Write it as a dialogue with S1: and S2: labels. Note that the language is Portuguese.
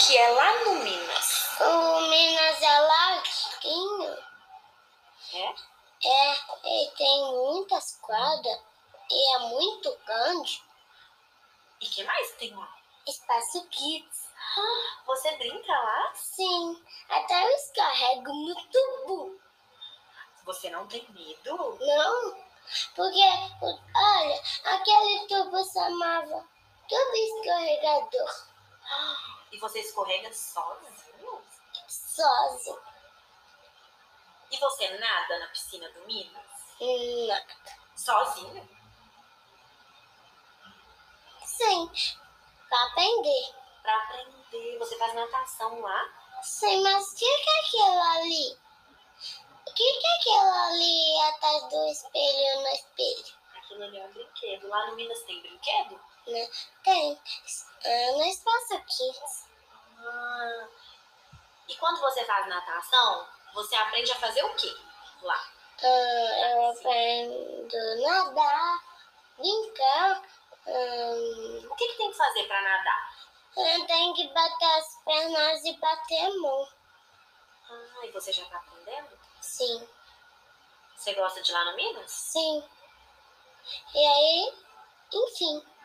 S1: que é lá no Minas?
S2: O Minas é larguinho.
S1: É?
S2: É, e tem muitas quadras e é muito grande.
S1: E que mais tem lá?
S2: Espaço Kids.
S1: Você brinca lá?
S2: Sim, até eu escorrego no tubo.
S1: Você não tem medo?
S2: Não, porque, o- olha, aquele tubo chamava tubo escorregador.
S1: E você escorrega sozinho?
S2: Sozinho.
S1: E você nada na piscina do Minas?
S2: Não.
S1: Sozinho?
S2: Sim, pra aprender.
S1: Pra aprender. Você faz natação lá?
S2: Sim, mas o que, que é aquilo ali? O que, que é aquilo ali atrás do espelho no espelho?
S1: Aquilo ali é um brinquedo. Lá no Minas tem brinquedo?
S2: Tem. Ah, no espaço Kids.
S1: Ah. E quando você faz natação, você aprende a fazer o quê? Lá.
S2: Ah, eu aprendo nadar, brincar. ah,
S1: O que, que tem que fazer pra nadar?
S2: eu tenho que bater as pernas e bater a mão.
S1: Ah, e você já tá aprendendo?
S2: Sim,
S1: Você gosta de ir lá no Minas?
S2: sim. E aí, enfim.